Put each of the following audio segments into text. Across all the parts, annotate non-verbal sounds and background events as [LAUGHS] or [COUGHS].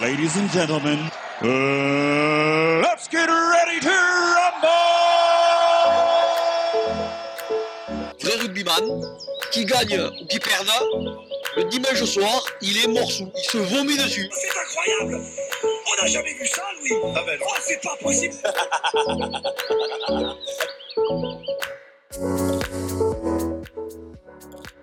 Ladies and gentlemen, uh, let's get ready to rumble! vrai rugbyman, qui gagne ou qui perde, le dimanche soir, il est morceau, il se vomit dessus. C'est incroyable On n'a jamais vu ça, Louis Ah ben Oh, c'est pas possible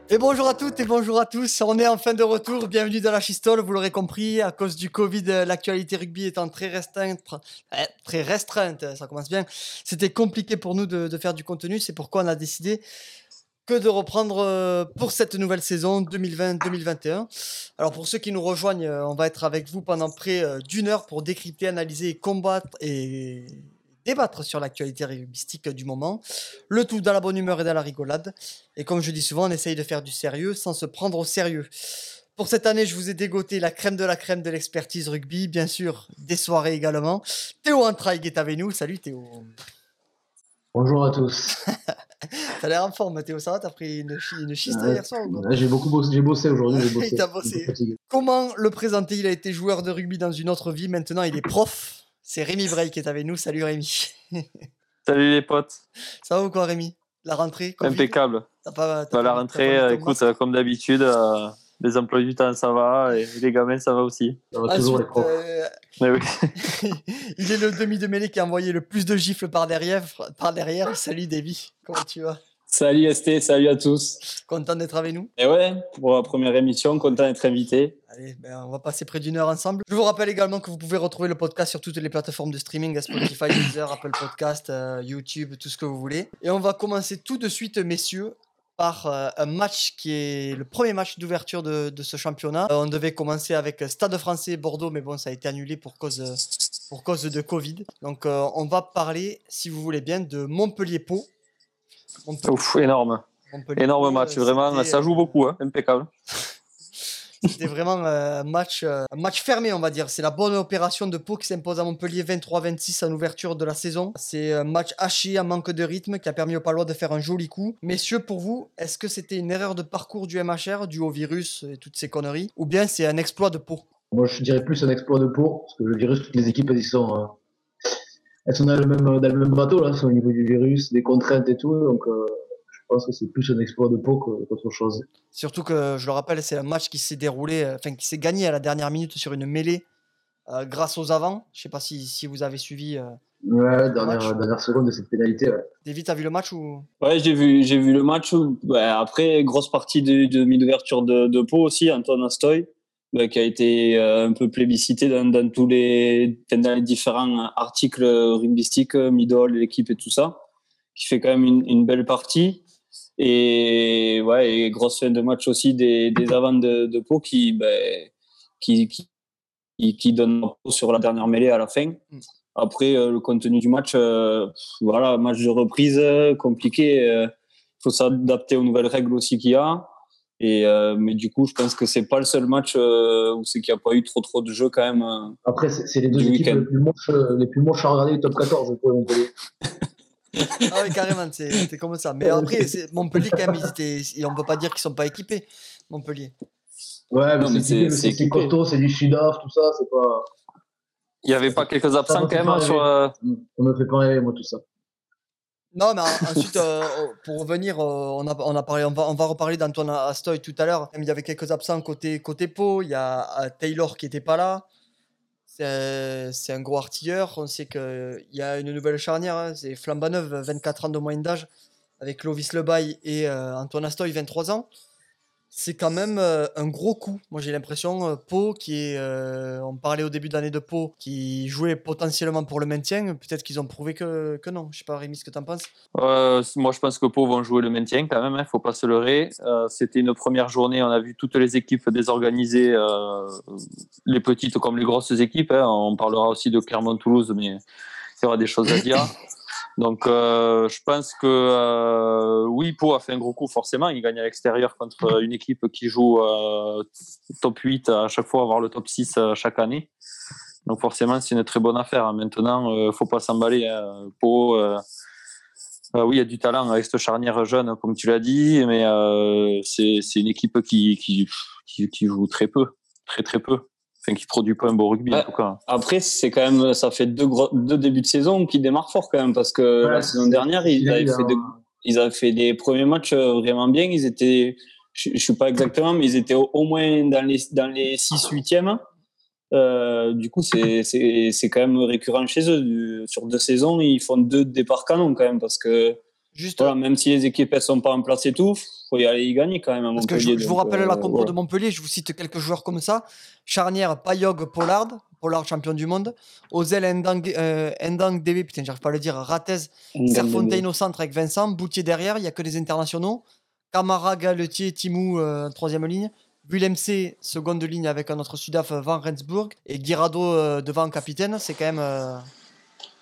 Et bonjour à toutes et bonjour à tous. On est en fin de retour. Bienvenue dans la Chistole. Vous l'aurez compris, à cause du Covid, euh, l'actualité rugby étant très restreinte, pr- euh, très restreinte, euh, ça commence bien. C'était compliqué pour nous de, de faire du contenu. C'est pourquoi on a décidé que de reprendre euh, pour cette nouvelle saison 2020-2021. Alors pour ceux qui nous rejoignent, euh, on va être avec vous pendant près euh, d'une heure pour décrypter, analyser, et combattre et débattre sur l'actualité rugbystique du moment. Le tout dans la bonne humeur et dans la rigolade. Et comme je dis souvent, on essaye de faire du sérieux sans se prendre au sérieux. Pour cette année, je vous ai dégoté la crème de la crème de l'expertise rugby, bien sûr, des soirées également. Théo Antraig est avec nous. Salut Théo. Bonjour à tous. T'as l'air en forme, Théo. Ça va T'as pris une, chi- une schiste Ouais. hier soir ou quoi Là, J'ai beaucoup bossé, j'ai bossé aujourd'hui. J'ai Il bossé. t'a bossé. Je suis fatigué. Comment le présenter Il a été joueur de rugby dans une autre vie. Maintenant, il est prof. C'est Rémi Bray qui est avec nous. Salut Rémi. Salut les potes, Ça va ou quoi, Rémi La rentrée Covid impeccable. T'as pas, t'as Bah, la pas- t'as rentrée, pas mis euh, ton écoute, masque euh, comme d'habitude, euh, les emplois du temps ça va et les gamins ça va aussi. Ça va toujours Ensuite, être propre. euh, Mais oui. [LAUGHS] il est le demi de mêlée qui a envoyé le plus de gifles par derrière. Par derrière. Salut, Davy. Comment tu vas Salut ST, salut à tous. Content d'être avec nous. Et ouais, pour la première émission, content d'être invité. Allez, ben, on va passer près d'une heure ensemble. Je vous rappelle également que vous pouvez retrouver le podcast sur toutes les plateformes de streaming, à Spotify, [COUGHS] Deezer, Apple Podcast, euh, YouTube, tout ce que vous voulez. Et on va commencer tout de suite, messieurs, par euh, un match qui est le premier match d'ouverture de, de ce championnat. Euh, on devait commencer avec euh, Stade français et Bordeaux, mais bon, ça a été annulé pour cause, euh, pour cause de Covid. Donc euh, on va parler, si vous voulez bien, de Montpellier-Pau. Montpellier- Ouf, énorme, Montpellier-Pau, énorme match, euh, vraiment, c'était, ça joue euh, beaucoup, hein, impeccable. C'était vraiment euh, un match, euh, un match fermé, on va dire. C'est la bonne opération de Pau qui s'impose à Montpellier 23-26 en ouverture de la saison. C'est un match haché, un manque de rythme qui a permis aux Palois de faire un joli coup. Messieurs, pour vous, est-ce que c'était une erreur de parcours du MHR, due au virus et toutes ces conneries Ou bien c'est un exploit de Pau Moi, je dirais plus un exploit de Pau, parce que le virus, toutes les équipes, elles y sont. euh, elles sont dans le même, dans le même bateau, là, elles sont au niveau du virus, des contraintes et tout. Donc, euh, je pense que c'est plus un exploit de Pau que- qu'autre chose. Surtout que, je le rappelle, c'est un match qui s'est déroulé, euh, enfin qui s'est gagné à la dernière minute sur une mêlée euh, grâce aux avants. Je sais pas si, si vous avez suivi. Euh... Ouais, Match. dernière, dernière seconde de cette pénalité. ouais. Davy, t'as vu le match ou Ouais, j'ai vu, j'ai vu le match. où, bah, après, grosse partie de, de d'ouverture de, de Pau aussi, Antoine Astoy, bah, qui a été euh, un peu plébiscité dans, dans tous les, enfin, dans les différents articles rugbystiques, euh, middle, l'équipe et tout ça, qui fait quand même une, une belle partie. Et ouais, et grosse fin de match aussi des, des avants de, de Pau qui, bah, qui, qui, qui, qui donnent un peu sur la dernière mêlée à la fin. Après, euh, le contenu du match, euh, pff, voilà, match de reprise euh, compliqué. Il faut s'adapter aux nouvelles règles aussi qu'il y a. Et, euh, mais du coup, je pense que c'est pas le seul match euh, où c'est qu'il n'y a pas eu trop trop de jeux quand même. euh. Après, c'est c'est les deux Du équipes week-end. les plus, moches, euh, les plus moches à regarder du top 14, je crois, Montpellier. Ah oui, carrément, c'est c'est comme ça. Mais après, c'est- Montpellier, quand même, ils étaient- et on ne peut pas dire qu'ils sont pas équipés, Montpellier. Ouais, Non, mais mais c'est- c'est c'est- c'est c'est équipé. costaud, c'est du sud-off, tout ça, c'est pas. Il y avait pas quelques absents va, quand c'est même pas hein, arrivé. sur. euh, On me fait pas rêver, moi, tout ça. Non, mais en- ensuite, euh, pour revenir, euh, on, a, on, a parlé, on, va, on va reparler d'Antoine Astoy tout à l'heure. Même Il y avait quelques absents côté, côté Pau. Il y a euh, Taylor qui n'était pas là. C'est c'est un gros artilleur. On sait qu'il y a une nouvelle charnière. hein. C'est Flambaneuve, 24 ans de moyenne d'âge, avec Lovis Lebaille et euh, Antoine Astoy, 23 ans. C'est quand même euh, un gros coup. Moi, j'ai l'impression, euh, Pau, qui est. euh, on parlait au début de l'année de Pau, qui jouait potentiellement pour le maintien. Peut-être qu'ils ont prouvé que, que non. Je sais pas, Rémi, ce que tu en penses. euh, moi je pense que Pau vont jouer le maintien quand même, hein, faut pas se leurrer. Euh, C'était une première journée, on a vu toutes les équipes désorganisées, euh, les petites comme les grosses équipes. hein. On parlera aussi de Clermont-Toulouse, mais il y aura des choses à dire. Donc, euh, je pense que euh, oui, Pau a fait un gros coup, forcément. Il gagne à l'extérieur contre une équipe qui joue euh, top 8 à chaque fois, avoir le top 6 euh, chaque année. Donc, forcément, c'est une très bonne affaire. Maintenant, euh, faut pas s'emballer. hein. Pau, euh, euh, oui, il y a du talent avec cette charnière jeune, comme tu l'as dit, mais euh, c'est c'est une équipe qui, qui, qui, qui joue très peu. Très, très peu. enfin, qui produit pas un beau rugby Ouais. en tout cas. Après, c'est quand même, ça fait deux, gros, deux débuts de saison qui démarrent fort quand même, parce que Ouais, la saison c'est- dernière, ils il a avaient, eu fait un- des, ils avaient fait des premiers matchs euh, vraiment bien. Ils étaient, je ne suis pas exactement, mais ils étaient au, au moins dans les, dans les 6-8e. Euh, du coup, c'est- c'est c'est quand même récurrent chez eux. Du- Sur deux saisons, ils font deux départs canons quand même, parce que Juste voilà, même si les équipes ne sont pas en place et tout, faut y aller y gagner quand même à Parce que Montpellier. je, je vous donc, rappelle euh, la compo voilà. de Montpellier, je vous cite quelques joueurs comme ça. Charnière, Payog, Pollard, Pollard champion du monde. Ozel, Ndang, euh, Ndang DB, putain, j'arrive pas à le dire, Ratez, Serfontaine au centre avec Vincent, Boutier derrière, il y a que des internationaux. Camara, Galetier, Timou, euh, troisième ligne. C seconde ligne avec un autre Sudaf, euh, Van Rensburg. Et Guirado euh, devant capitaine, c'est quand même. euh,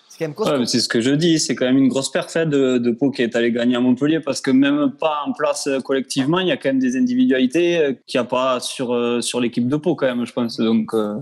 c'est quand même costaud. Ouais, mais c'est ce que je dis, c'est quand même une grosse perf hein, de, de Pau qui est allé gagner à Montpellier parce que même pas en place euh, collectivement, il y a quand même des individualités euh, qu'il n'y a pas sur, euh, sur l'équipe de Pau quand même, je pense. Donc, euh,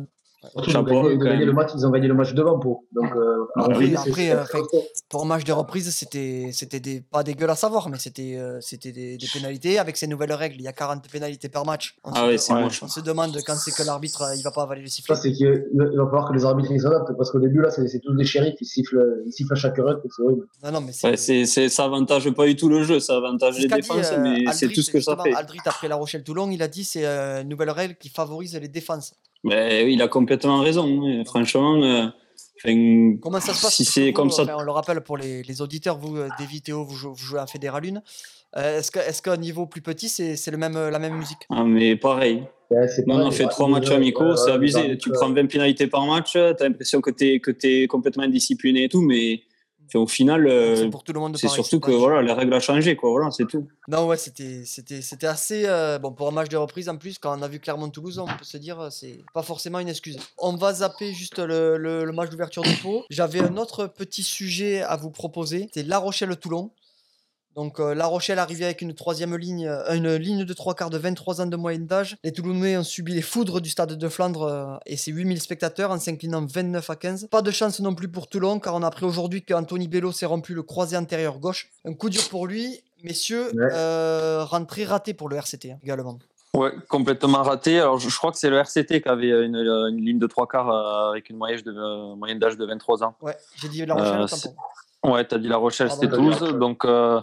Surtout, ils, ont Chapeau, gagné, ils ont quand gagné même. le match, ils ont gagné le match devant pour. Donc, euh, à Après- Montpellier, c'est- après, c'est euh, très fait- fort. pour match de reprise, c'était c'était des pas dégueu à savoir, mais c'était euh, c'était des, des pénalités avec ces nouvelles règles. Il y a 40 pénalités par match. On, Ah se, ouais, de- c'est on- moche. on se demande quand c'est que l'arbitre euh, il va pas avaler le Ça, sifflet. c'est qu'il va il va falloir que les arbitres ils s'adaptent parce qu'au début, là, c'est c'est tous des shérifs, ils sifflent, ils sifflent à chaque run, c'est horrible. Non non mais c'est ouais, c'est, c'est, ça avantage pas du tout le jeu, ça avantage c'est les qu'a dit, défenses, euh, mais c'est Aldrit, tout ce que ça justement. fait. Aldrit après La Rochelle Toulon, il a dit c'est euh, une nouvelle règle qui favorise les défenses. Mais oui, il a complètement raison, hein. franchement. euh, enfin, Comment ça se passe parce Si que c'est vous, comme ça. enfin, on le rappelle pour les, les auditeurs, vous euh, des vidéos, vous jouez, vous jouez à Fédéral 1. Euh, est-ce que est-ce qu'au niveau plus petit, c'est c'est le même euh, la même musique Ah, mais pareil. Ouais, c'est Non, pareil, on a les fait arbitres, trois ils- matchs ouais, amicaux, ouais, c'est les abusé. arbitres, Tu prends 20 pénalités par match, t'as l'impression que t'es que t'es complètement indiscipliné et tout, mais enfin, au final, euh, C'est pour tout le monde. c'est pareil, surtout pas que un jeu. voilà, la règle a changé, quoi. Voilà, c'est tout. Non, ouais, c'était, c'était, c'était assez. euh, bon, pour un match de reprise, en plus, quand on a vu Clermont-Toulouse, on peut se dire, euh, c'est pas forcément une excuse. On va zapper juste le, le- le match d'ouverture de Pau. J'avais un autre petit sujet à vous proposer. C'est La Rochelle-Toulon. Donc, euh, La Rochelle arrivait avec une troisième ligne, euh, une ligne de trois quarts de 23 ans de moyenne d'âge. Les Toulonnais ont subi les foudres du stade de Flandre euh, et ses 8000 spectateurs en s'inclinant 29 à 15. Pas de chance non plus pour Toulon, car on a appris aujourd'hui qu'Anthony Bello s'est rompu le croisé antérieur gauche. Un coup dur pour lui, messieurs, Ouais. euh, rentrée ratée pour le RCT hein, également. Ouais, complètement raté. Alors, je, je crois que c'est le RCT qui avait euh, une, une ligne de trois quarts euh, avec une moyenne de- euh, moyenne d'âge de 23 ans. Ouais, j'ai dit La Rochelle, Euh, autant c'est- pour moi. Ouais, t'as dit La Rochelle, Pardon, c'était Ah, bah, t'as dit La Toulouse. Rochelle. Donc euh,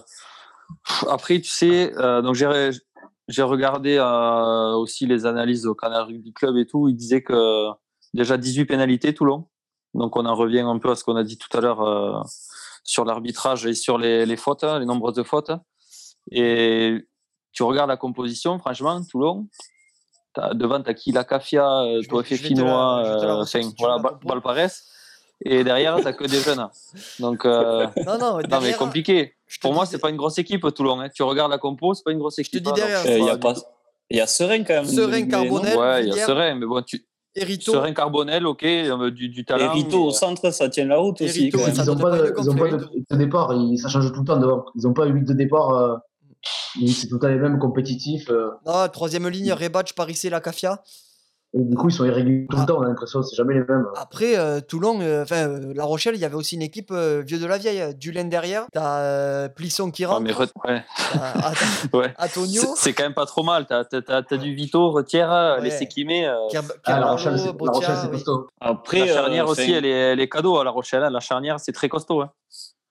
pff, après, tu sais, euh, donc j'ai j'ai regardé euh, aussi les analyses au Canal Rugby Club et tout. Ils disaient que déjà 18 pénalités Toulon. Donc on en revient un peu à ce qu'on a dit tout à l'heure euh, sur l'arbitrage et sur les, les fautes, hein, les nombreuses fautes. Et tu regardes la composition, franchement, Toulon. t'as- devant, t'as qui Lacafia, euh, Je vais- Toafé je vais te la- Finois, je vais te la euh, ressortir enfin, si tu veux, voilà, la Ba- compo. Balparès. Et derrière, t'as que des jeunes. [LAUGHS] Donc, euh, Non, non, non, mais derrière, compliqué. je te Pour moi, dis- c'est pas une grosse équipe, Toulon. hein. Tu regardes la compo, c'est pas une grosse te équipe. dis hein, derrière, donc, Euh, Il y a Ouais, pas. Il y a Serein Oh, quand même. euh, Serein, mais Carbonel, non. Bonnel, ouais, il y a Villiers. Serein, mais bon, tu... Hérito, Serein Carbonel, ok, euh, du, du Et talent. Rito au mais- centre, ça tient la route Et aussi. Rito, Quand ça même. Ils n'ont donne pas, pas hein. de, le ils ont pas de, conflit. de départ, ils- ça change tout le temps devant. Ils n'ont pas 8 de départ, euh, où c'est tout le temps les mêmes compétitifs. euh, Ah, troisième ligne, Rebatch, Parissé, Lacafia. et du coup, ils sont irréguliers tout Ah. le temps, on a l'impression que c'est jamais les mêmes. Après, euh, Toulon, euh, enfin, euh, La Rochelle, il y avait aussi une équipe euh, vieux de la vieille. euh, Dulin derrière, t'as euh, Plisson qui Ah, rentre, mais re- ouais, [LAUGHS] t'as At- ouais. C'est Antonio, c'est quand même pas trop mal. T'as t'as- t'as- t'as du Vito, Retière, Ouais. les Sekimé. euh, Ker- Ah, la Kerbarlo, Rochelle, c'est la Rochelle, Botia, c'est oui. costaud. Après, La euh, charnière aussi, enfin, elle est, elle est cadeau à La Rochelle. hein. La charnière, c'est très costaud. hein.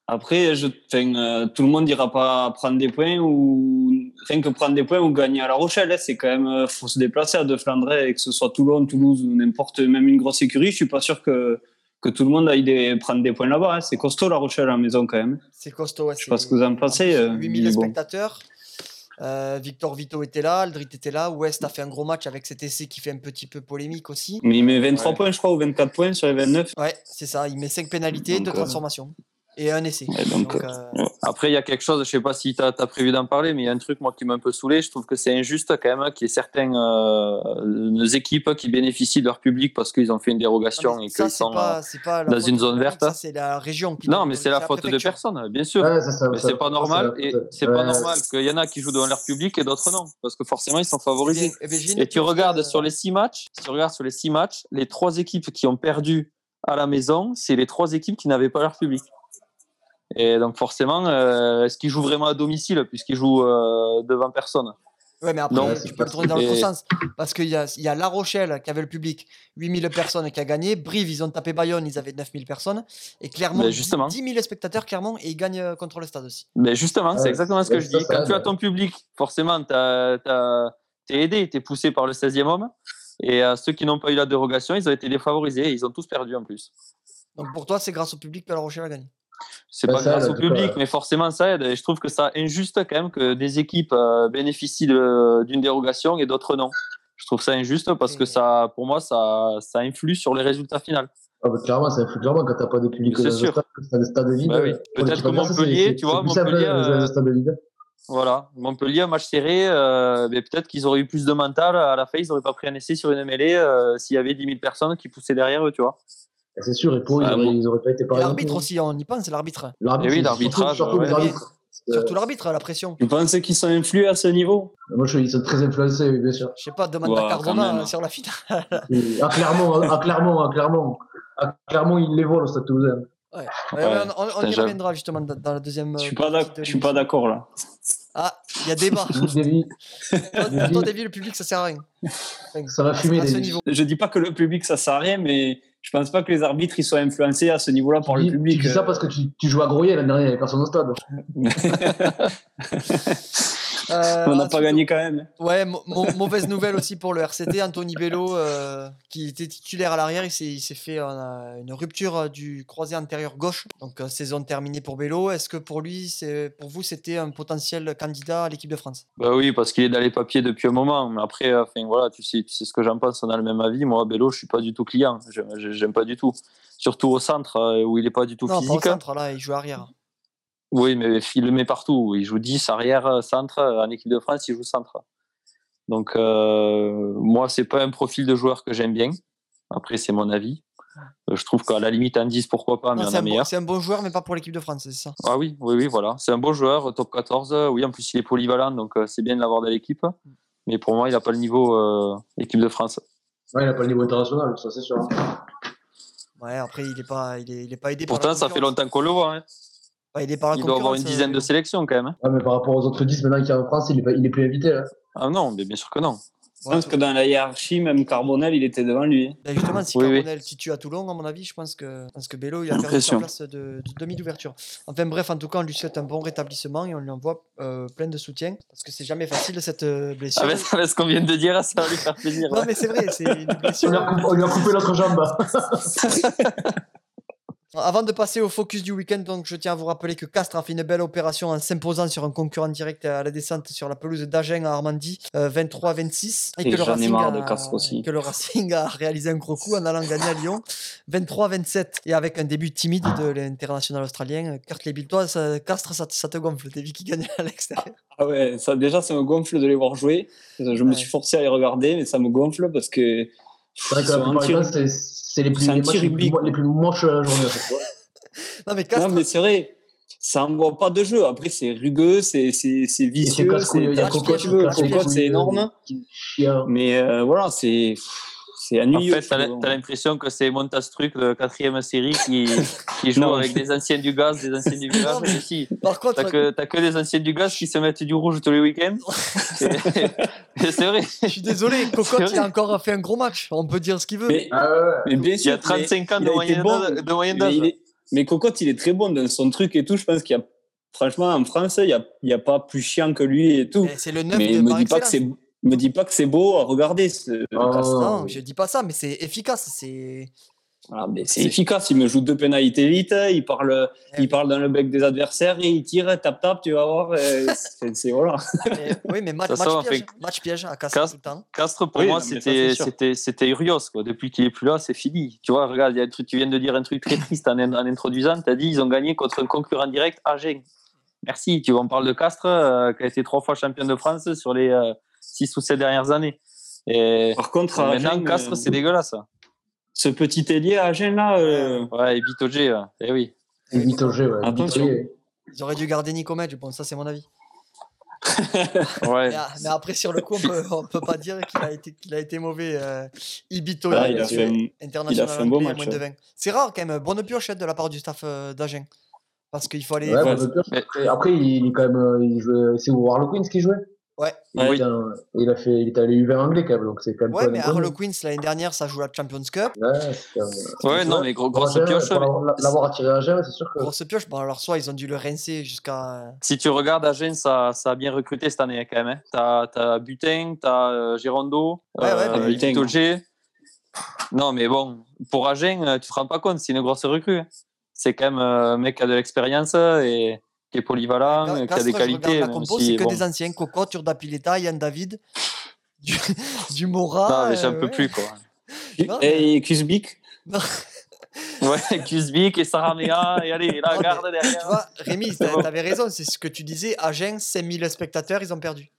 Après, je, enfin, euh, tout le monde n'ira pas prendre des points ou rien que prendre des points ou gagner à La Rochelle. hein. c'est quand même euh, faut se déplacer à De Flandrée, que ce soit Toulon, Toulouse ou n'importe, même une grosse écurie. Je suis pas sûr que que tout le monde aille des- prendre des points là-bas. hein. C'est costaud La Rochelle à la maison quand même. C'est costaud. Ouais, Je sais pas ce que vous en pensez. euh, 8000 mais bon. spectateurs. Euh, Victor Vito était là, Aldrit était là. West a fait un gros match avec cet essai qui fait un petit peu polémique aussi. Mais il met 23 Ouais. points, je crois, ou 24 points sur les 29. Ouais, c'est ça. Il met 5 pénalités, Donc, 2 euh, transformations et un essai. Ouais, donc, euh, euh, Après, il y a quelque chose, je sais pas si tu as, prévu d'en parler, mais il y a un truc moi qui m'a un peu saoulé. Je trouve que c'est injuste quand même qu'il y ait certaines euh, équipes qui bénéficient de leur public parce qu'ils ont fait une Non, dérogation Ah, mais et ça, qu'ils c'est sont. pas, c'est pas la dans faute une de zone la verte, ça, hein. c'est la région euh, qui Non, donne mais autorisé, c'est la la faute de préfecture. personne, bien sûr. Ouais, ça, ça, Mais ça- c'est pas ça, normal, c'est la et faute. c'est pas Ouais. normal qu'il y en a qui jouent devant leur public et d'autres non, parce que forcément ils sont Eh bien- favorisés. eh bien, j'ai une Et tu petite, regardes euh, sur les six matchs, si tu regardes sur les six matchs, les trois équipes qui ont perdu à la maison, c'est les trois équipes qui n'avaient pas leur public. Et donc forcément, euh, est-ce qu'ils jouent vraiment à domicile puisqu'ils jouent euh, devant personne Ouais, mais après, Non, tu peux le tourner dans possible. l'autre Et- sens. Parce qu'il y a, il y a La Rochelle qui avait le public, 8000 personnes qui a gagné. Brive, ils ont tapé Bayonne, ils avaient 9000 personnes. Et Clermont, Mais justement. 10 000 spectateurs, Clermont, et ils gagnent euh, contre le stade aussi. Mais justement, Ouais, c'est exactement ce ouais, que je ça, dis. ça Quand aide, tu as ouais. ton public, forcément, t'as- t'as- t'es aidé, t'es poussé par le 16e homme. Et euh, ceux qui n'ont pas eu la dérogation, ils ont été défavorisés. et Ils ont tous perdu en plus. Donc pour toi, c'est grâce au public que La Rochelle a gagné. C'est Bah, pas ça grâce aide, au en tout cas, public, ouais. mais forcément ça aide. Et je trouve que ça injuste quand même que des équipes euh, bénéficient de- d'une dérogation et d'autres non. Je trouve ça injuste parce que Et- ça, pour moi, ça, ça influe sur les résultats finaux. Ah bah, clairement, ça influe clairement quand t'as pas de public C'est dans le sûr. stade, c'est un stade vide. Bah oui. Bon, tu Peut-être peux que dire ça, c'est- Montpellier, c'est- tu vois, c'est plus simple, hein, Montpellier, de jouer dans un euh, stade vide. Voilà. Montpellier, match serré, euh, mais peut-être qu'ils auraient eu plus de mental. À la fin, ils n'auraient pas pris un essai sur une mêlée euh, s'il y avait 10 000 personnes qui poussaient derrière eux, tu vois. Et C'est sûr, et pour eux, ils Ah, auraient- bon. ils auraient pas été Et pareils. non plus. hein. l'arbitre aussi, on y pense, l'arbitre. L'arbitre, Eh oui, c'est l'arbitrage, Surtout, surtout ouais. les arbitres. Parce que, Surtout l'arbitre, la pression. Tu penses qu'ils sont influés à ce niveau Moi, je, ils sont très influencés, oui, bien sûr. Je sais pas, demande Ouah, à quand Cardona même. euh, sur la finale. Et ah, hein, à Clermont, à à Clermont, à Clermont. À Clermont, Ah, ils les voient, le stade toulousain. Ouais, Ouais, on- on, on putain, y j'avoue. reviendra justement dans, dans la deuxième. Je euh, suis pas partie d'ac- de je suis pas l'émission. d'accord là. Ah, il y a débat. [LAUGHS] Ils dévient. Toi, pour toi, David, le public, ça sert à rien. Enfin, Ça va fumer, à ce David. niveau. Je dis pas que le public ça sert à rien, mais je pense pas que les arbitres ils soient influencés à ce niveau-là par le Tu dis- public. euh, Tu dis ça parce que tu, tu joues à Groyer l'année dernière, il n'y avait personne au stade. Euh, On n'a ensuite, pas gagné quand même. Ouais, mau- mau- mauvaise nouvelle aussi pour le RCT. Anthony Bello, euh, qui était titulaire à l'arrière, il s'est il s'est fait euh, une rupture euh, du croisé antérieur gauche. Donc, euh, saison terminée pour Bello. Est-ce que pour lui, c'est pour vous, c'était un potentiel candidat à l'équipe de France Bah oui, parce qu'il est dans les papiers depuis un moment. Mais après, euh, enfin, voilà, tu sais, tu sais ce que j'en pense, on a le même avis. Moi, Bello, je suis pas du tout client. Je- je- J'aime pas du tout. Surtout au centre, euh, où il est pas du tout Non, physique. hein. pas au centre, là, il joue arrière. Oui, mais il le met partout. Il joue 10, arrière, euh, centre. En équipe de France, il joue centre. Donc, euh, moi, c'est pas un profil de joueur que j'aime bien. Après, c'est mon avis. Euh, Je trouve qu'à la limite, en 10, pourquoi pas, Ah, mais Non, en c'est a un, bon, meilleur. c'est un bon joueur, mais pas pour l'équipe de France, c'est ça. Ah oui, oui, oui, voilà. C'est un beau joueur, top 14. euh, Oui, en plus, il est polyvalent, donc euh, c'est bien de l'avoir dans l'équipe. Mais pour moi, il n'a pas le niveau euh, équipe de France. Ouais, il n'a pas le niveau international, ça c'est sûr. hein. Ouais, après, il n'est pas, il est, il est pas aidé par Pourtant, la ça fait concurrence. longtemps qu'on le voit. hein. Pas aidé Ah, par la Il doit avoir une concurrence, euh, dizaine de Bello. sélections quand même. hein. Ah, mais par rapport aux autres 10 maintenant qu'il y a en France, il est, pas- il est plus invité. hein. Là. Ah non, mais bien sûr que non. euh, Je pense que dans la hiérarchie, même Carbonel, il était devant lui. Ben justement, si Oui, oui. Carbonel titue à Toulon, à mon avis, je pense que, je pense que Bello il a perdu sa Impression. place de, de demi d'ouverture. Enfin bref, en tout cas, on lui souhaite un bon rétablissement et on lui envoie euh, plein de soutien parce que c'est jamais facile cette euh, blessure. Avec, avec ce qu'on vient de dire, ça va lui faire plaisir. non mais c'est vrai, c'est une On, blessure. lui a coupé, on lui a coupé l'autre jambe. Avant de passer au focus du week-end, donc je tiens à vous rappeler que Castres a fait une belle opération en s'imposant sur un concurrent direct à la descente sur la pelouse d'Agen à Armandie, euh, 23-26. Et j'en ai Racing marre a- de Castres aussi. et que le Racing a réalisé un gros coup en allant gagner à Lyon, 23-27. Et avec un début timide de l'international australien, euh, Kurt Lebil, toi, ça- Castres, ça, te- ça te gonfle, t'es vu qui gagne à l'extérieur. Ah ouais, ça déjà, ça me gonfle de les voir jouer. Je me Ouais. suis forcé à les regarder, mais ça me gonfle parce que. C'est vrai ils que la sont plupart du anti- temps, c'est- c'est les, plus- C'est un les matchs les anti-rugby, plus, mo- les plus moches euh, de la journée. à chaque fois. Non mais Non, Castres, mais c'est vrai, ça envoie pas de jeu. Après, c'est rugueux, c'est c'est- c'est vicieux, casse-couille, c'est il y a t'as tout ce que Cocotte, tu veux. Cocotte, Cocotte, c'est oui. énorme. hein Chien. Mais euh, voilà, c'est c'est En ennuyeux. fait, t'as l'im- t'as l'impression que c'est Montastruc, le quatrième série, qui, qui joue Non. avec des anciens du gaz, des anciens [LAUGHS] du village. Non, mais- mais si, par contre, t'as que, t'as que des anciens du gaz qui se mettent du rouge tous les week-ends. [LAUGHS] Et- et c'est [LAUGHS] vrai. je suis désolé, Cocotte vrai. il a encore fait un gros match, on peut dire ce qu'il veut. mais, Ah ouais, ouais. mais Il bien y sûr, a 35 ans de il a été moyenne bon, d'âge- de moyenne mais, d'âge. il est- mais Cocotte, il est très bon dans son truc et tout. Je pense qu'il y a, franchement, en France, il n'y a, il y a pas plus chiant que lui et tout. Eh, C'est le 9 Mais de me par dis pas que excellence. c'est me dis pas que c'est beau à regarder. ce- Oh. Ah, Casse- Non, oui. je dis pas ça, mais c'est efficace, c'est... Voilà, mais c'est efficace. Il me joue deux pénalités vite. Il parle, Eh oui. il parle dans le bec des adversaires et il tire, tap tap. Tu vas voir. euh, c'est c'est- voilà. Mais- oui, mais ma- Ça, ça match, va, piège, fait- match piège à Castres Castres. tout le temps. Castres, pour Oui, moi, non, mais ça, c'était- c'est sûr. c'était c'était Urios. Quoi. Depuis qu'il est plus là, c'est fini. Tu vois, regarde, il y a un truc, tu viens de dire un truc très triste en, in- en introduisant. Tu as dit ils ont gagné contre un concurrent direct, Agen. Merci. Tu vois, on parle de Castres, euh, qui a été trois fois champion de France sur les euh, six ou sept dernières années. Et Par contre, à maintenant, Agen, Castres, euh, c'est dégueulasse. ce petit ailier à Agen là. euh, Ouais, et Bitogé, ouais. eh oui. C'est vite au jeu, ouais. Attention. Vite au jeu. Ils auraient dû garder Nicomet, je pense, ça c'est mon avis. Ouais. [LAUGHS] Mais, a- mais après, sur le coup, on peut, on peut pas dire qu'il a été, qu'il a été mauvais. Euh, Ibito, voilà, il Ah, il, a a été fait un- international il a fait un beau anglais, match, moins de ouais. 20. C'est rare quand même, bonne pioche de la part du staff euh, d'Agen. Parce qu'il faut aller. Ouais, Ouais, bon, bien sûr. mais- Après, après, il est quand même. euh, il jouait- C'est Warlock Queens qui jouait Ouais. Il, était Oui. un- il a fait, il est allé vers anglais quand même, donc c'est quand même Ouais, pas mais inconnu. Harlequins, l'année dernière, ça joue la Champions Cup. Ouais, c'est quand même- Ouais, tu non, vois, mais gros- pour grosse Angers, pioche. pour mais l'avoir- L'avoir attiré à Angers, c'est sûr que. Grosse pioche. Bon, alors, soit ils ont dû le rincer jusqu'à. Si tu regardes, Agen, ça, ça a bien recruté cette année quand même. Hein. T'as, t'as Butin, t'as euh, Girondo, Ouais, ouais, euh, mais- Butin, Itoje. Non, mais bon, pour Agen, euh, tu te rends pas compte, c'est une grosse recrue. hein. C'est quand même euh, un mec qui a de l'expérience euh, et qui est polyvalent, euh, qui Castres, a des je regarde qualités. la même compo, si, c'est que bon, des anciens. Coco, Turdapileta, Yann David, du, [LAUGHS] du Mora. Non, mais j'en euh, peux ouais. plus, quoi. Non, Et Kuzbik Ouais, Kuzbik et Saramea, et allez, la Non, mais- garde Tu derrière. vois, Rémi, [LAUGHS] C'est t'a- bon. t'avais raison, c'est ce que tu disais. Agen, 5000 spectateurs, ils ont perdu.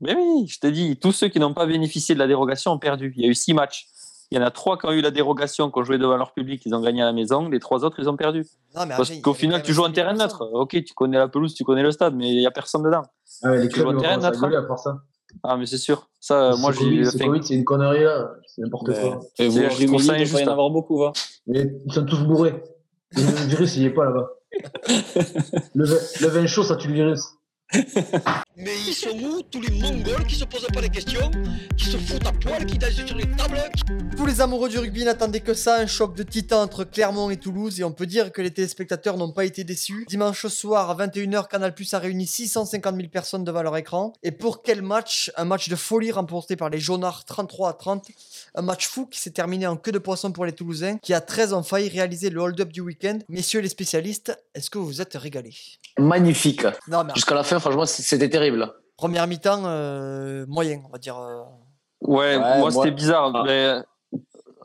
Mais oui, je te dis, tous ceux qui n'ont pas bénéficié de la dérogation ont perdu. Il y a eu six matchs. Il y en a trois qui ont eu la dérogation, qui ont joué devant leur public, ils ont gagné à la maison. Les trois autres, ils ont perdu. Non, mais Parce Agen, Bah, il y qu'au avait quand final, même tu joues en 5000 terrain neutre. personnes. Ok, tu connais la pelouse, tu connais le stade, mais il n'y a personne dedans. Ah, mais les Tu clubs vois ils vont terrain commencer à neutre, gueuler à force. hein. Ah, mais c'est sûr. Ça, Ce moi, j'ai. Covid, ce enfin, Covid, c'est une connerie là, c'est n'importe Ben, quoi. Et C'est- vous, je en trouve Rumilly, ça il doit pas injuste, y en hein. avoir beaucoup, va. Mais ils sont tous bourrés. Et le virus, il est pas là-bas. Le vin, le vin chaud, ça tue le virus. Mais ils sont où tous les mongols qui se posent pas les questions, qui se foutent à poil, qui dansent sur les tables Tous les amoureux du rugby n'attendaient que ça, un choc de titans entre Clermont et Toulouse, et on peut dire que les téléspectateurs n'ont pas été déçus. Dimanche soir, à 21h, Canal Plus a réuni 650 000 personnes devant leur écran. Et pour quel match Un match de folie remporté par les Jaunards 33 à 30. Un match fou qui s'est terminé en queue de poisson pour les Toulousains, qui à 13 ont failli réaliser le hold-up du week-end. Messieurs les spécialistes, est-ce que vous vous êtes régalés Magnifique. Non, mais Jusqu'à la fin, franchement, c- c'était terrible. première mi-temps, euh, moyen, on va dire. euh. Ouais, Ouais, moi, moi- c'était bizarre. Ah. mais,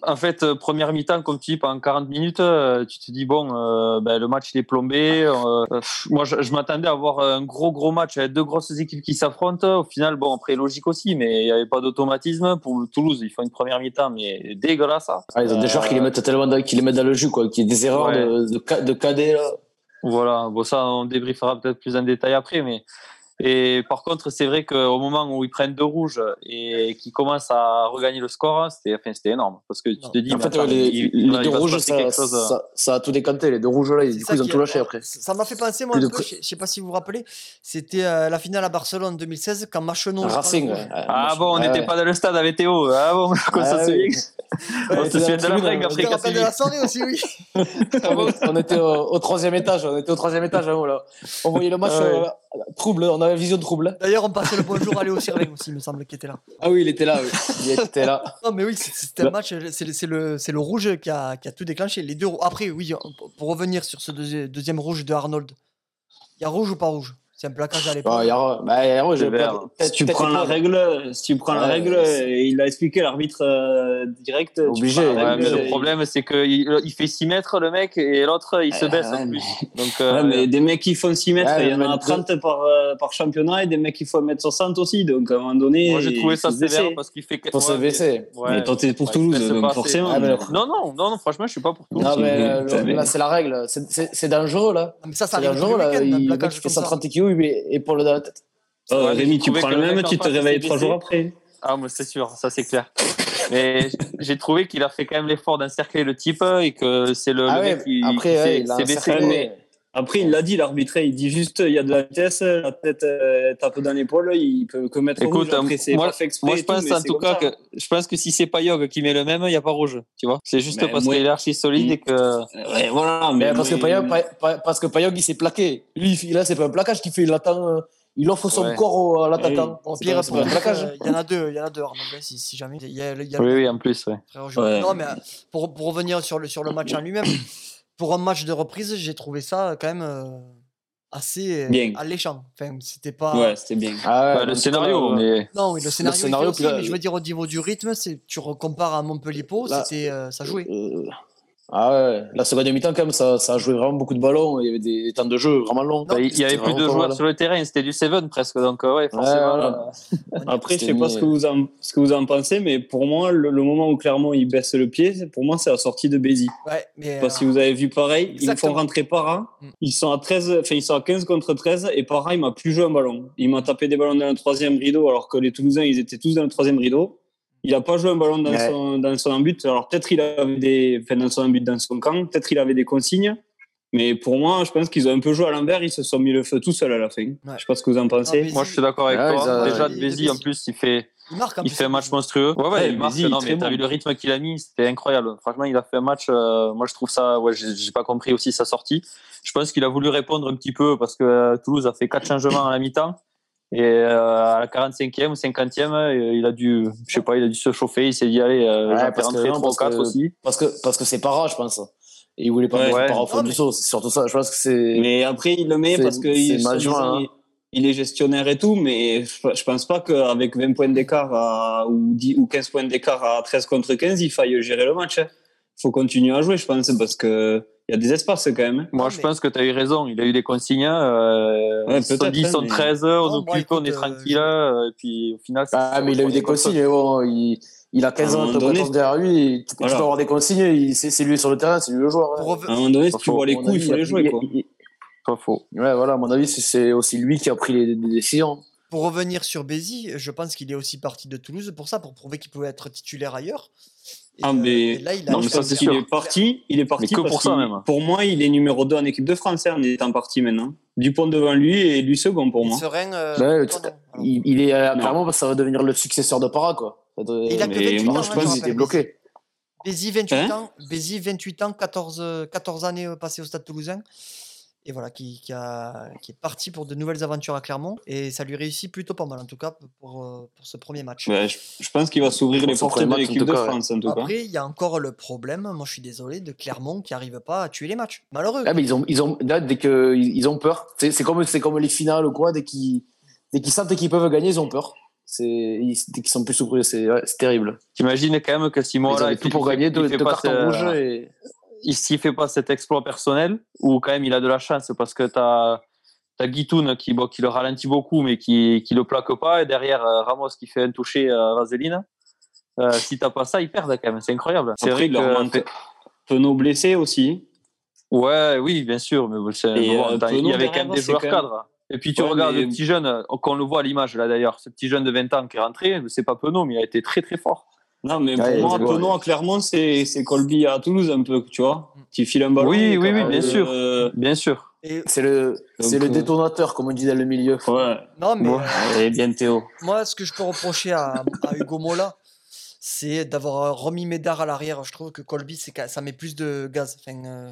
en fait, euh, première mi-temps, comme tu dis, pendant 40 minutes, euh, tu te dis, bon, euh, ben, le match, il est plombé. euh, euh, pff, moi, je, je m'attendais à avoir un gros, gros match avec deux grosses équipes qui s'affrontent. Au final, bon, après, logique aussi, mais il n'y avait pas d'automatisme. Pour Toulouse, ils font une première mi-temps, mais dégueulasse. ça. Ah, ils ont des Euh, joueurs qui les mettent tellement dans, qui les mettent dans le jus, quoi. Qui des erreurs Ouais. de, de, ca- de cadet, là. Voilà, bon ça on débriefera peut-être plus en détail après, mais et par contre c'est vrai qu'au moment où ils prennent deux rouges et qu'ils commencent à regagner le score, c'était enfin, c'était énorme parce que tu Non. te dis en mais fait, attends, ouais, les, il- les il va deux se rouges, passer ça, quelque chose. ça, ça a tout décanté. Les deux rouges, là, et C'est du ça coup, ils ont qui tout est- lâché après. Ça ça m'a fait penser, moi, Plus un de peu, je pré- je sais pas si vous vous rappelez, c'était euh, la finale à Barcelone en 2016, quand Machenon... je Racing, prends ouais. le rouge. Ah bon, on n'était pas dans le stade avec Théo. Ah bon, [LAUGHS] qu'on Ah s'en oui. souvient. On Ouais, se c'était souvient de dans la la blague tribune, Tu après te qu'à rappelles de la soirée Séville. aussi, [LAUGHS] oui ah On était- [LAUGHS] on était au, au troisième étage, on était au troisième étage en haut, là. On voyait le match Ah ouais. euh, trouble, on avait vision de trouble. D'ailleurs, on passait le bonjour à Léo Servin aussi, il me semble, qui était là. Ah oui, il était là, oui. [LAUGHS] Il était là. Non, mais oui, c'est- c'était un Bah. match, euh, c'est le, c'est le, c'est le rouge qui a, qui a tout déclenché. Les deux, rou- après, oui, on- pour revenir sur ce deuxi- deuxième rouge de Arnold, il y a rouge ou pas rouge C'est un placage à l'époque. Ah, Yaro, bah, Yaro, j'ai C'est pas- vert. tête- Si tu tête prends la épaule. règle, si tu prends la Ouais, règle, c'est- et il a expliqué l'arbitre euh, direct. tu Obligé, prends la Ouais, règle, mais le et- problème c'est qu'il il fait 6 mètres le mec et l'autre il se Euh, baisse en ouais, plus. Donc Ouais, euh, mais des mecs qui font 6 mètres, Ouais, il y en mais a de- 30 par, euh, par championnat et des mecs qui font 1m60 aussi. Donc à un moment donné, moi j'ai trouvé il ça faut se baisser. sévère parce qu'il fait que- Pour se ouais, mais- baisser. Ouais, Mais toi, t'es pour ouais, Toulouse, il se baisse donc pas assez. forcément. Ah, mais le- Non, non, non, non, franchement, je suis pas pour tout. Non, Si, mais euh, putain, le- mais- là, c'est la règle. C'est- C'est c'est dangereux, là. Ah, mais ça, ça C'est arrive tous les dangereux, là. week-ends, un Il le mec, placage il fait comme ça. 130 kilos, il met épaule dans la tête. Oh, Ouais, mais j'ai Rémi, tu trouvé prends que le le même, mec en tu te face, il s'est réveilles 3 baissé. jours après. Ah, moi, c'est sûr, ça c'est clair. Mais j'ai trouvé qu'il a fait quand même l'effort d'encercler le type et que c'est le, Ah le ouais, mec qui, après, qui ouais, s'est- il a s'est baissé. encerclé. quoi. mais- Après, il l'a dit, l'arbitre, il dit juste il y a de la vitesse, la tête euh, tape dans l'épaule, il peut que mettre Écoute, rouge. Après, euh, c'est pas fait exprès. Moi, je et tout, pense mais en c'est tout comme cas ça. que je pense que si c'est pas Yog qui met le même, il n'y a pas rouge, tu vois. C'est juste Mais parce moi- qu'il est archi solide et que. Ouais, voilà, mais. Mais parce que mais- Payog, Pa- Pa- parce que Payog, il s'est plaqué. Lui, il- là, c'est pas un plaquage qu'il fait. Il attend, euh, il offre son Ouais. corps au- à l'attaquant. Bon, C'est pas- pire, c'est pour pas un moi, plaquage. euh, il y en a deux, il y en a deux, Arnold, hein, si, si jamais. Il y a, il y a le Oui, oui, en plus, ouais. Frère Gio- Ouais. Non, mais euh, pour, pour revenir sur le, sur le match en lui-même, pour un match de reprise, j'ai trouvé ça euh, quand même euh, assez euh, Bien. alléchant. Enfin, c'était pas. Ouais, c'était bien. Ah ouais, Bah, en le tout cas, scénario, là, mais. Non, oui, le scénario, il fait scénario, aussi, puis là, mais je veux dire, au niveau du rythme, c'est- tu compares à Montpellier Pau, Là- c'était euh, ça jouait. Euh, ah ouais, la seconde mi-temps, quand même, ça, ça a joué vraiment beaucoup de ballons. Il y avait des, des temps de jeu vraiment longs. bah, il n'y C'était avait plus vraiment de pas joueurs mal. sur le terrain, c'était du Seven presque, donc euh, ouais, forcément. voilà. euh, [LAUGHS] Après, je C'était sais pas mis- ce que vous en, ce que vous en pensez, mais pour moi, le, le moment où clairement il baisse le pied, c'est- pour moi, c'est la sortie de Bézi. Ouais, mais. Je sais euh, pas si vous avez vu pareil, ils Exactement. me font rentrer par un. Mm. Ils sont à 13, enfin, ils sont à 15 contre 13 et par un, il m'a plus joué un ballon. Il m'a tapé des ballons dans le troisième rideau alors que les Toulousains, ils étaient tous dans le troisième rideau. Il a pas joué un ballon dans Ouais. son, dans son but. Alors peut-être il avait des, enfin, dans son but, dans son camp, peut-être il avait des consignes. Mais pour moi, je pense qu'ils ont un peu joué à l'envers. Ils se sont mis le feu tout seuls à la fin. Je sais pas ce que vous en Ah, pensez. mais- Moi, je suis d'accord avec Ah, toi. ils ont- Déjà, ils- Bézi, en plus, il fait, euh, Il marque en il plus. fait un match monstrueux. Ouais, ouais, Ouais, il marque. Bézi, non, très mais t'as bon. vu le rythme qu'il a mis, c'était incroyable. Franchement, il a fait un match. euh, moi, je trouve ça. Ouais, j'ai j'ai pas compris aussi sa sortie. Je pense qu'il a voulu répondre un petit peu parce que euh, Toulouse a [COUGHS] fait quatre changements à la mi-temps. Et euh, à la 45e ou 50e, euh, il a dû, je sais pas, il a dû se chauffer. Il s'est dit, allez, euh, Ouais, j'en fais parce que rentrer non, trois ou parce que- quatre aussi. Parce que parce que c'est para, je pense. Et il voulait pas Ouais. mettre Ouais. para au fond Non, du mais- seau, c'est surtout ça. Je pense que c'est. Mais après, il le met C'est- parce que c'est il, mal soi-disant, joint, hein. il- il est gestionnaire et tout, mais je je pense pas qu'avec 20 points d'écart à- ou, 10 ou 15 points d'écart à 13 contre 15, il faille gérer le match. Il faut continuer à jouer, je pense, parce que il y a des espaces quand même. hein. Moi, Non, je mais- pense que tu as eu raison. Il a eu des consignes. Euh, Ouais, ils sont peut-être, 10, hein, sont mais- 13, on Non, occupe, moi, écoute, on est euh, tranquille. je- euh, et puis, au final, c'est- Ah, mais il a eu des consignes, mais bon, il, il a À un 15 ans, moment t'as donné, 14 derrière lui, et tu, tu voilà. peux avoir des consignes, il- c'est c'est lui sur le terrain, c'est lui le joueur. Pour hein. rev- À un moment donné, si tu Faut- vois les À mon coups, il avis, faut les jouer. il- Quoi. il- Pas faux. Ouais, voilà, à mon avis, c'est- c'est aussi lui qui a pris les, les décisions. Pour revenir sur Bézi, je pense qu'il est aussi parti de Toulouse pour ça, pour prouver qu'il pouvait être titulaire ailleurs. Et, euh, Ah, mais- et là, il a. Non, mais il ça, a- c'est sûr. qu'il est parti. Il est parti que parce pour ça, qu'il- même. Pour moi, il est numéro 2 en équipe de France hein, en étant parti maintenant. Dupont devant lui et lui second pour il est moi. Bah serein. euh, Ouais, non, tu- non, alors. Il, il est euh, Non. clairement parce que ça va devenir le successeur de Para, quoi. Ça doit- Il a que mais 28 moi, ans, je hein, pense je qu'il était rappelle. bloqué. Bézi, 28 Hein ans, Bézi, 28 ans 14, euh, 14 années euh, passées au Stade Toulousain. Et voilà, qui, qui a- qui est parti pour de nouvelles aventures à Clermont. Et ça lui réussit plutôt pas mal, en tout cas, pour, euh, pour ce premier match. Ouais, je, je pense qu'il va s'ouvrir Pour les son portes premier de match, en l'équipe tout de cas, ouais. France, en tout cas. Après, il y a encore le problème, moi je suis désolé, de Clermont qui n'arrive pas à tuer les matchs. Malheureux. Ah, mais ils ont, ils ont, là, dès que, ils ils ont peur. C'est c'est comme, c'est comme les finales ou quoi, dès qu'ils dès qu'ils sentent qu'ils peuvent gagner, ils ont peur. C'est- ils- Dès qu'ils sont plus souffrés, c'est ouais, c'est terrible. T'imagines quand même que si Ils moi, là, avaient tout pour gagner, deux, deux cartons euh, rouges et. il s'y fait pas cet exploit personnel, ou quand même il a de la chance parce que t'as as Guitoun qui, bon, qui le ralentit beaucoup mais qui, qui le plaque pas, et derrière euh, Ramos qui fait un toucher à Vaseline. Euh, si t'as pas ça, ils perdent quand même, c'est incroyable. C'est vrai Après, il leur que. manque Penaud blessé aussi. Ouais, oui, bien sûr, mais bon, c'est Et, mais bon, euh, t'as- il y Penaud avait quand derrière, même des c'est joueurs quand même- cadres. Et puis tu Ouais, regardes mais- le petit jeune, euh, qu'on le voit à l'image là d'ailleurs, ce petit jeune de 20 ans qui est rentré, c'est pas Penaud, mais il a été très très fort. Non, mais Ouais, pour moi, exactement. Penaud, clairement, c'est c'est Colby à Toulouse un peu, tu vois. Tu files un ballon. euh, Oui, et oui, quand, oui, bien sûr. Bien sûr. Et- C'est le, c'est le euh, détonateur, comme on dit dans le milieu. Ouais. non, mais Bon. euh, Et bien Théo. moi, ce que je peux reprocher à, à Hugo Mola, c'est d'avoir euh, remis Médard à l'arrière. Je trouve que Colby, c'est qu'à- ça met plus de gaz. Enfin, euh,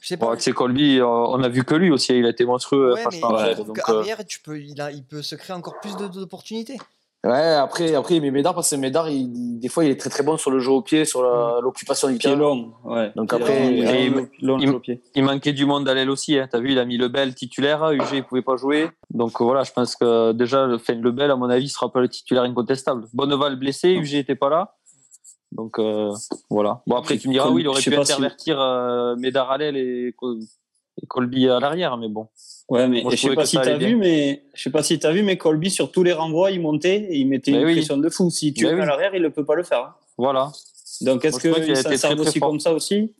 je sais pas. Bon, tu sais, Colby, euh, on a vu que lui aussi, il a été monstrueux, Ouais, mais franchement. je ouais, trouve donc, euh, qu'arrière, tu peux, il, a, il peut se créer encore plus de- d'opportunités. Ouais, après, après, il met Médard parce que Médard, il- il- des fois, il est très très bon sur le jeu au pied, sur la- l'occupation du Pied terrain. long. Ouais. Donc Pied après, long, et- ouais. long, long, il- jeu au pied. il manquait du monde à l'aile aussi. Hein. T'as vu, il a mis le Bel titulaire. UG, il pouvait pas jouer. Donc euh, voilà, je pense que déjà, le, enfin, le Bel, à mon avis, sera pas le titulaire incontestable. Bonneval blessé, UG était pas là. Donc euh, voilà. Bon, après, tu me diras, Col- oui, il aurait je sais pu pas si- intervertir euh, Médard à l'aile et, Col- et Colby à l'arrière, mais bon. Ouais, mais Moi, je je sais trouvais pas que si ça t'as allait vu, mais je sais pas si t'as vu, mais Colby sur tous les renvois, il montait et il mettait Mais une Bah oui. pression de fou. Si tu Mais es oui. à l'arrière, il ne peut pas le faire. hein. Voilà. Moi, Donc est-ce je crois qu'il que a ça été sert très, très aussi fort. comme ça aussi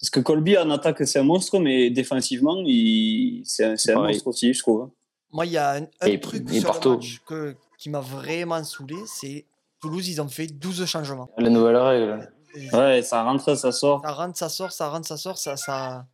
Parce que Colby en attaque c'est un monstre, mais défensivement il... c'est un, c'est un Pareil. monstre aussi, je trouve. Moi, il y a un, un Et- truc et sur partout. le match que, qui m'a vraiment saoulé, c'est Toulouse, ils ont fait 12 changements. la nouvelle règle. Et Ouais, ça rentre, ça sort. Ça rentre, ça sort, ça rentre, ça sort, ça... ça...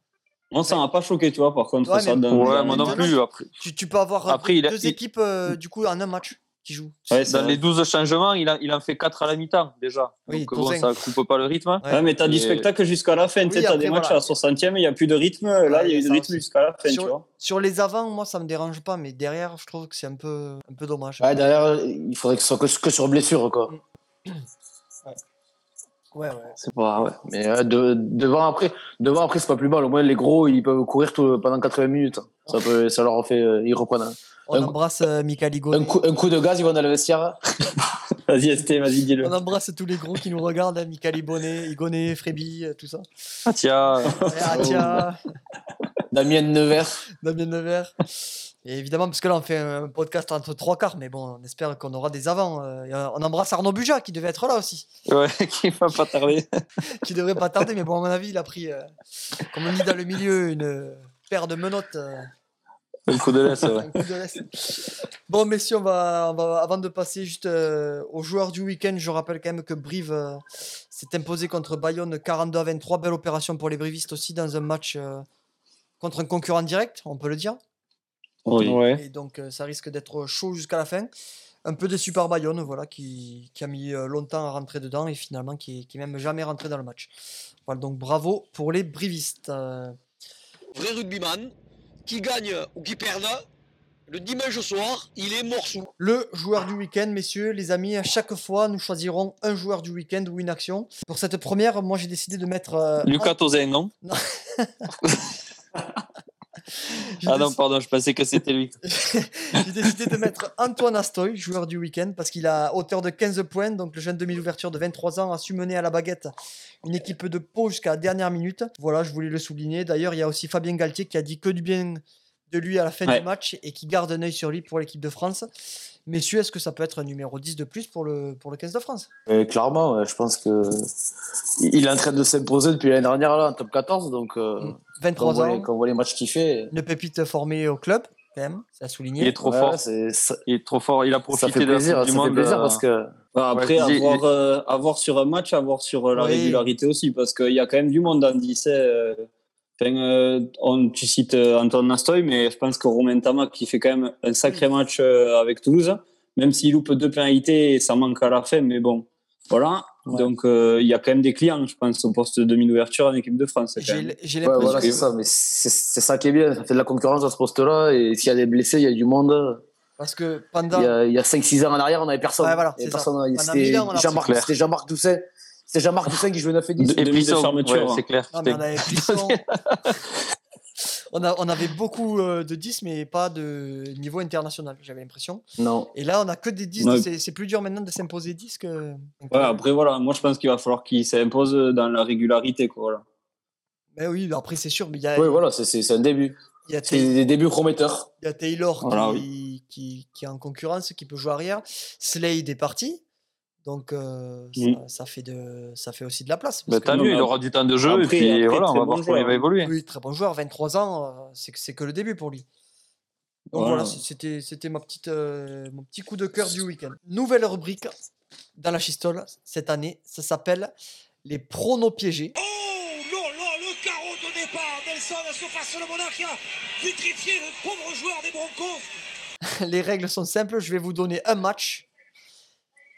Moi ça m'a pas choqué, tu vois, par contre. Ouais, ça, mais- dans- Ouais, dans- moi mais non maintenant, plus. Après, Tu, tu peux avoir euh, Après, il a- deux il- équipes, euh, du coup, en un match qui jouent. Ouais, ça- dans les 12 changements, il, a- il en fait 4 à la mi-temps, déjà. Oui, Donc pour bon, cinq. ça coupe pas le rythme. hein. Ouais, mais t'as du Et- spectacle jusqu'à la fin. Oui, tu sais, t'as après, des matchs voilà. à 60e, il n'y a plus de rythme. Là, Ouais, il y a il y a eu du ça rythme aussi. jusqu'à la fin, Sur- tu vois. Sur les avants, moi, ça me dérange pas, mais derrière, je trouve que c'est un peu, un peu dommage. Ouais, derrière, il faudrait que ce soit que, que sur blessure, quoi. Ouais, ouais. C'est pas, ouais. Mais euh, de- devant, après, devant, après, c'est pas plus mal. Au moins, les gros, ils peuvent courir tout- pendant 80 minutes. Ça, peut, ça leur fait. euh, ils reprennent. un- On Un- embrasse euh, Michael Higo. Un, coup, un coup de gaz, ils vont dans le vestiaire. [LAUGHS] Vas-y, ST, vas-y, dis-le. On embrasse tous les gros qui nous regardent, hein, Michael Ibonet, Igonet, Fréby, euh, tout ça. Ah, tiens. Et Atia, Damien Nevers. Damien Nevers. Et évidemment, parce que là, on fait un podcast entre trois quarts, mais bon, on espère qu'on aura des avants. euh, et on embrasse Arnaud Buja, qui devait être là aussi, [LAUGHS] [LAUGHS] Ouais, qui va pas tarder. qui devrait pas tarder, mais bon, à mon avis, il a pris, euh, comme on dit dans le milieu, une paire de menottes. euh, Le coup de laisse, ouais. Un coup de laisse. Bon, messieurs, on va, on va- avant de passer juste euh, aux joueurs du week-end, je rappelle quand même que Brive euh, s'est imposé contre Bayonne 42 à 23. Belle opération pour les Brivistes aussi dans un match euh, contre un concurrent direct, on peut le dire. Ouais. Et donc, euh, ça risque d'être chaud jusqu'à la fin. Un peu déçu par Bayonne, voilà, qui, qui a mis euh, longtemps à rentrer dedans et finalement qui, qui est même jamais rentré dans le match. Voilà, donc bravo pour les Brivistes. Euh, vrai rugbyman, qui gagne ou qui perde, le dimanche soir, il est morceau. Le joueur du week-end, messieurs, les amis, à chaque fois, nous choisirons un joueur du week-end ou une action. Pour cette première, moi, j'ai décidé de mettre. euh, Lucas Tozen, non Ant- j'ai Ah non, déci- pardon, je pensais que c'était lui. j'ai décidé de mettre Antoine Astoy, joueur du week-end, parce qu'il a hauteur de 15 points. Donc, le jeune demi-ouverture de 23 ans a su mener à la baguette une équipe de Pau jusqu'à la dernière minute. Voilà, je voulais le souligner. D'ailleurs, il y a aussi Fabien Galtier qui a dit que du bien de lui à la fin Ouais. du match et qui garde un œil sur lui pour l'équipe de France. Messieurs, est-ce que ça peut être un numéro 10 de plus pour le, pour le 15 de France Mais Euh, clairement, ouais, je pense que il est en train de s'imposer depuis l'année dernière là, en top 14. Donc, Mm. euh, quand, on 23 voit ans. les, quand on voit les matchs qu'il fait, une pépite formée au club, quand même, c'est à Il souligner. est trop ouais, fort. c'est- ça, Il est trop fort. Il a ça profité fait de la plaisir. Coupe Ça du fait Monde. plaisir euh, parce que Bah, après, Ouais, à, j'ai- voir, euh, à voir sur un match, à voir sur euh, la Oui. régularité aussi, parce qu'il y a quand même du monde en 10. euh, enfin, euh, on, tu cites euh, Antoine Nastoy, mais je pense que Romain Tamac, qui fait quand même un sacré match euh, avec Toulouse, même s'il loupe deux pénalités, ça manque à la fin, mais bon, voilà. Ouais. Donc, euh, il y a quand même des clients, je pense, au poste de demi-ouverture en équipe de France. quand J'ai même. l- j'ai Ouais, l'impression voilà, c'est que- ça. Mais c'est c'est ça qui est bien. Ça fait de la concurrence à ce poste-là. Et s'il y a des blessés, il y a du monde. parce que Il pendant y a, il y a 5-6 ans en arrière, on n'avait personne. Ouais, voilà, Il y avait c'est ça. personne. Pendant C'était mille ans, on l'a- Jean-Marc C'est clair. c'était Jean-Marc Doucet. C'était Jean-Marc Doucet qui jouait 9 et 10. De- Et puis mise de ça, fermeture, ouais, hein. c'est clair. Ah, non, mais putain. on, [LAUGHS] avait Plisson. on, a- on avait beaucoup euh, de 10 mais pas de niveau international, j'avais l'impression. Non. Et là, on a que des 10, Ouais. c'est c'est plus dur maintenant de s'imposer euh, 10 que Ouais, après, voilà, moi, je pense qu'il va falloir qu'il s'impose dans la régularité, quoi. voilà. Mais oui, après c'est sûr, mais il y a, Oui, voilà, c'est- c'est c'est un début. il y a C'est Tay- des débuts prometteurs. il y a Taylor Voilà, qui, qui, qui est en concurrence, qui peut jouer arrière. Slade est parti. Donc euh, Mhm. ça, ça fait de, ça fait aussi de la place. parce Bah, que- Tant Non, mieux, mais il aura du temps de jeu. et après- puis après, voilà, on va très bon voir comment joueur, il va hein. évoluer. Oui, très bon joueur, 23 ans, euh, c'est que- c'est que le début pour lui. Donc voilà, Voilà. c- c'était c'était ma petite euh, mon petit coup de cœur du week-end. Nouvelle rubrique dans la chistole cette année, ça s'appelle les pronos piégés. [LAUGHS] Oh non, non, le carreau de départ. Nelson a se face le monarque qui a vitrifié le pauvre joueur des Broncos. Les règles sont simples, je vais vous donner un match.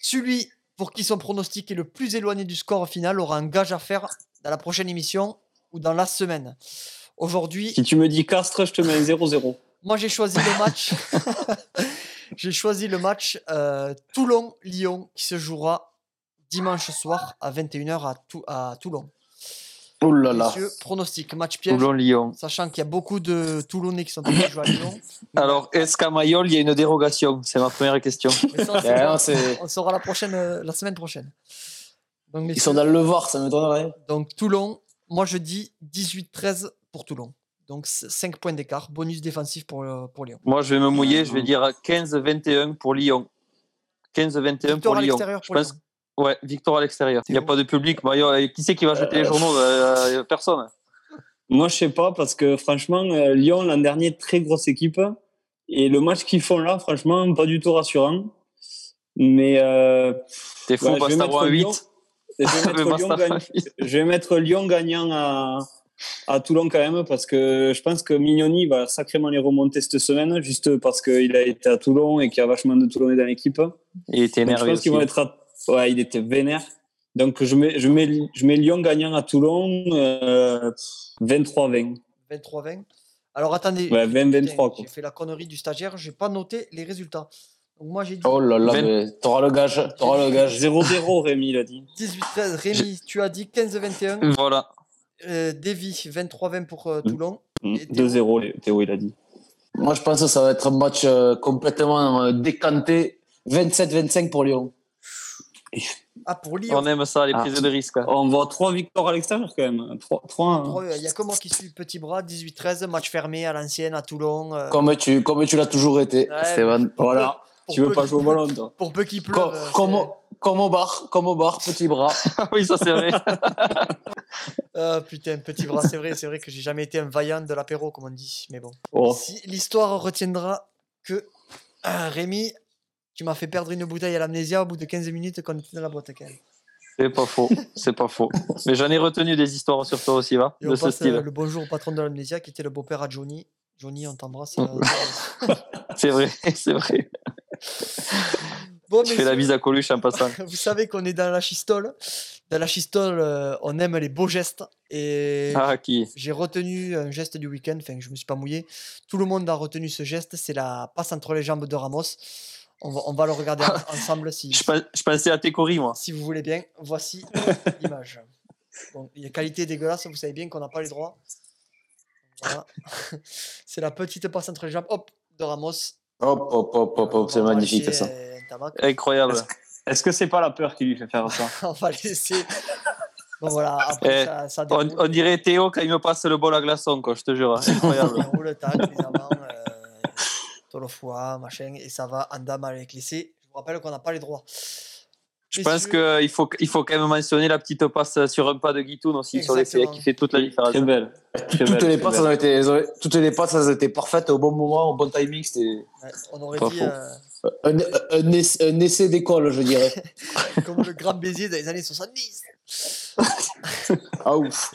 Celui pour qui son pronostic est le plus éloigné du score final aura un gage à faire dans la prochaine émission ou dans la semaine. Aujourd'hui, Si tu me dis Castres, je te mets un 0-0. Moi, j'ai choisi le match. j'ai choisi le match euh, Toulon-Lyon qui se jouera dimanche soir à 21h à, Tou- à Toulon. Oh là là. Messieurs, pronostic, match piège. Toulon-Lyon. Sachant qu'il y a beaucoup de Toulonnais qui sont allés jouer à [LAUGHS] Lyon. Alors, est-ce qu'à Mayol, il y a une dérogation C'est ma première question. Mais ça, on, Eh Ouais, saura, non, c'est- on saura la, prochaine, euh, la semaine prochaine. Donc, Ils messieurs, sont dans le Var, ça m'étonnerait. donc Toulon, moi je dis 18-13 pour Toulon. Donc 5 points d'écart, bonus défensif pour, euh, pour Lyon. [LAUGHS] Moi, je vais me mouiller. Je non. vais dire 15-21 pour Lyon. 15-21 Victoire pour à Lyon. l'extérieur Je pour Lyon. pense Ouais, victoire à l'extérieur. C'est Il n'y a bon. pas de public. Maillot, euh, qui c'est qui va jeter les journaux Euh, Personne. Moi, je sais pas, parce que franchement, euh, Lyon, l'an dernier, très grosse équipe. Et le match qu'ils font là, franchement, pas du tout rassurant. Mais. Euh, T'es fou, ouais, je vais Bastaro mettre à 8. Lyon. Je vais [LAUGHS] Mais mettre, Lyon Bastaro à gagnant, 8. je vais mettre Lyon gagnant à, à Toulon quand même, parce que je pense que Mignoni va sacrément les remonter cette semaine, juste parce qu'il a été à Toulon et qu'il y a vachement de Toulonnais dans l'équipe. Il était Donc, je énervé pense qu'ils aussi. vont être. à- Ouais, il était vénère. Donc, je mets, je mets, je mets Lyon gagnant à Toulon euh, 23-20. 23-20. Alors attendez, Ouais, Putain, 20-23. quoi. J'ai fait la connerie du stagiaire, j'ai pas noté les résultats. Donc moi j'ai dit Oh là là, Vingt- mais t'auras le gage. T'auras le gage. 0-0, Rémi, il a dit. 18-13, Rémi, tu as dit 15-21, Voilà. euh, Davy 23-20 pour euh, Mm. Toulon. [LAUGHS] Mm, Et Théo. 2-0, les- Théo, il a dit. Moi, je pense que ça va être un match euh, complètement euh, décanté. 27-25 pour Lyon. Ah pour Lyon, On aime ça, les Ah. prises de risque. [LAUGHS] On voit 3 victoires à l'extérieur quand même. hein. 3, trois, euh, il y a que moi qui suis petit bras, 18-13, match fermé à l'ancienne, à Toulon. euh, Comme tu, comme tu l'as toujours été, Ouais, Stéphane. Voilà. pour Tu veux peu pas qu'il jouer au pleuve- ballon, toi Pour peu qu'il pleuve. Com- euh, Comme, c'est- au- comme au bar, comme au bar, petit bras. Ah oui, ça c'est vrai. Euh, Ah putain, petit bras, c'est vrai, c'est vrai que j'ai jamais été un vaillant de l'apéro, comme on dit. Mais bon. Oh. Si l'histoire retiendra que Ah, Rémi, tu m'as fait perdre une bouteille à l'amnésia au bout de 15 minutes quand on était dans la boîte à cales. C'est pas faux, c'est pas faux. Mais j'en ai retenu des histoires sur toi aussi, va, Et de on ce passe euh, style. le bonjour au patron de l'amnésia qui était le beau-père à Johnny. Johnny, on Mm. t'embrasse. euh, C'est vrai, [LAUGHS] c'est vrai. bon, [LAUGHS] Je fais la messieurs, bise à Coluche en passant. [LAUGHS] vous savez qu'on est dans la chistole. Dans la chistole, euh, on aime les beaux gestes. Et Ah, qui j'ai retenu un geste du week-end, enfin je me suis pas mouillé. Tout le monde a retenu ce geste, c'est la passe entre les jambes de Ramos. On va, on va le regarder en- [LAUGHS] ensemble si, je, pens- je pensais à Técori, moi. si vous voulez bien. Voici [LAUGHS] l'image. Bon, il y a qualité dégueulasse, vous savez bien qu'on n'a pas les droits. Voilà. [LAUGHS] c'est la petite passe entre les jambes, hop, de Ramos. Hop, hop, hop, hop, hop, c'est On va magnifique lâcher, ça. euh, un tabac. Incroyable. Est-ce que c'est pas la peur qui lui fait faire ça [LAUGHS] on va laisser. Bon voilà, après Eh, ça, ça On, déroule. on dirait Théo quand il me passe le bol à glaçon, quoi, je te jure. Ça Incroyable. déroule, tac, les amants, euh, Tolofoa, machin, et ça va en dame avec l'essai. Je vous rappelle qu'on n'a pas les droits. Je pense Messieurs, qu'il faut, il faut quand même mentionner la petite passe sur un pas de Guitoun aussi, sur l'essai, Exactement. qui fait toute la Ah, différence. Très belle. Très Toutes belle, les très passes, belle. elles ont été, elles ont- toutes les passes, elles ont été parfaites au bon moment, au bon timing. C'était ouais, on aurait Pas dit faux. euh, un, un essai, un essai d'école, je dirais. comme le grand baiser des années 70. Ah ouf.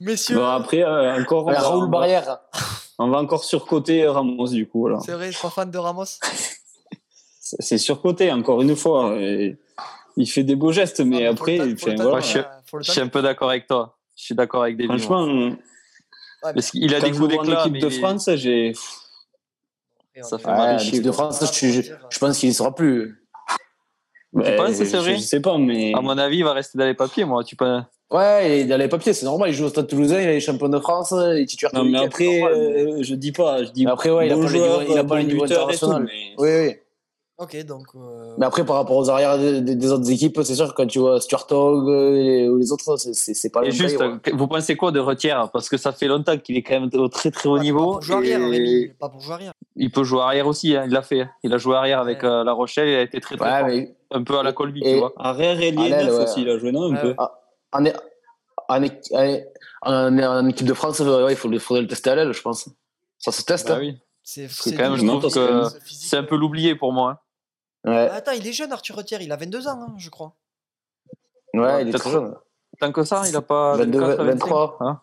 Messieurs, Bon, après, euh, encore, on Ouais, va, Raoul on va- Barrière. on va encore surcoter Ramos, du coup. Là. c'est vrai, pas fan de Ramos C'est c'est surcoté, encore une fois. Et il fait des beaux gestes, mais Ah, faut après, le temps- il faut le fait- temps- voilà. Ouais, je- euh, faut le Je temps- suis un peu d'accord avec toi. Je suis d'accord avec David. franchement, moi. on- Ouais, mais Parce qu'il a quand des je le coups vois en d'éclat, équipe mais de il est- France, j'ai. pff, après, on ça est- fait Ouais, mal en à équipe chier. de France, Ah, je, pour dire, je pense qu'il ne sera plus. ben, penses que c'est je- vrai Je sais pas, mais. Ah, À mon avis, il va rester dans les papiers, moi. Tu peux... Ouais, il est dans les papiers, c'est normal. Il joue au Stade Toulousain, il est champion de France, il est titulaire Non, tous les mais week-ends, c'est après, normal, mais- euh, je dis pas. Je dis Mais après, ouais, il a bon pas les joueur, niveaux- il a pas bon les niveaux buteur et tout, internationaux. mais- Oui, oui. Ok, donc. euh, Bah, Mais après, par rapport aux arrières des, des- des autres équipes, c'est sûr que quand tu vois Stuart Hogg euh, et- ou les autres, c'est- c'est c'est pas le Et même juste, calibre. que- vous pensez quoi de Retière Parce que ça fait longtemps qu'il est quand même au très très haut ouais, mais Pas niveau. pour jouer arrière, et Rémi, pas pour jouer arrière. Il peut jouer arrière aussi, hein, il l'a fait. Il a joué arrière avec Ouais. euh, La Rochelle, il a été très très Ouais, fort. mais Un peu à la Colby, et- tu vois. Arrière et À l'aile, neuf ouais. aussi, il a joué, non, un Ouais, peu. ouais. en, é- en, é- en é- en- en équipe de France, euh, ouais, il faut le- faudrait le tester à l'aile, je pense. Ça se teste. hein. Bah oui. C'est Parce que c'est quand même, dur je de trouve trouver que ce physique, c'est un peu euh. l'oublié pour moi. hein. Ouais, Attends, il est jeune, Arthur Retière, il a 22 ans, hein, je crois. ouais, Ouais, il est peut-être très jeune. Tant que ça, il a pas 22, 24, 25, 23. hein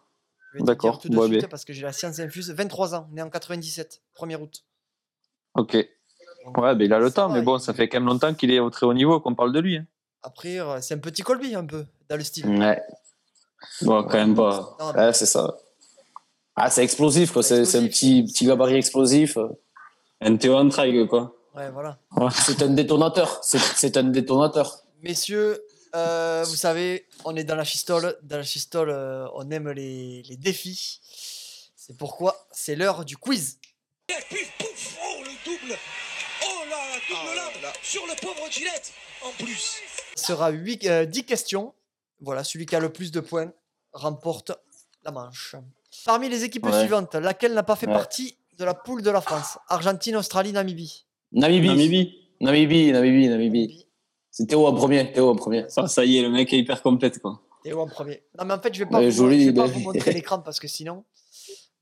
Je vais te le dire D'accord, tout de bon, suite ben. parce que j'ai la science infuse. 23 ans, né en 97, 1er août. Ok. Donc, Ouais, euh, ben, il a le ça temps, va, mais bon, il- ça fait quand même longtemps qu'il est au très haut niveau qu'on parle de lui. hein. Après, euh, c'est un petit Colby un peu, dans le style. Ouais, Bon, quand même pas. Non, mais Mm. ouais c'est ça. Ah, c'est explosif, quoi. C'est C'est c'est un explosif. petit, petit gabarit explosif. euh, Un Théo Antrague, quoi. ouais, voilà. C'est un détonateur. C'est- C'est un détonateur. Messieurs, euh, vous savez, on est dans la chistole. Dans la chistole, euh, on aime les, les défis. C'est pourquoi c'est l'heure du quiz. Et puis pouf, oh le double Oh là, la double Ah, lame là. sur le pauvre Gillette en plus. Ce sera 8, euh, 10 questions. Voilà, celui qui a le plus de points remporte la manche. Parmi les équipes Ouais. suivantes, laquelle n'a pas fait Ouais. partie de la poule de la France Argentine, Australie, Namibie. Namibie. Namibie, Namibie. Namibie, Namibie. C'est Théo en premier. Théo en premier. Ah, ça y est, le mec est hyper complète, quoi. Théo en premier. Non, mais en fait, je vais pas, Ouais, vous, joli, je vais pas David. vous montrer l'écran parce que sinon,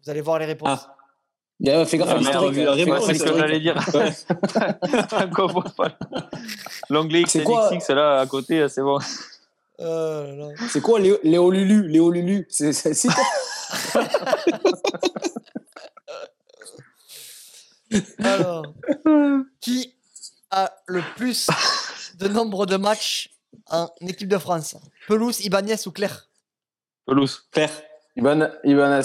vous allez voir les réponses. Ah, Il y a- Fais gaffe Ah, à merde, l'historique. vu la hein. Fais réponse, gaffe à Ouais, c'est ce que l'historique. j'allais dire. Ouais. [LAUGHS] Tant qu'on voit pas L'onglet C'est quoi XNXX, là, à côté, c'est bon. Euh, là, là. C'est quoi Léo, Léo Lulu Léo Lulu C'est c'est- [LAUGHS] si t'as- Alors, qui a le plus de nombre de matchs en équipe de France Pelouse, Ibanez ou Claire Pelouse. Claire. Ivan, Ibanez.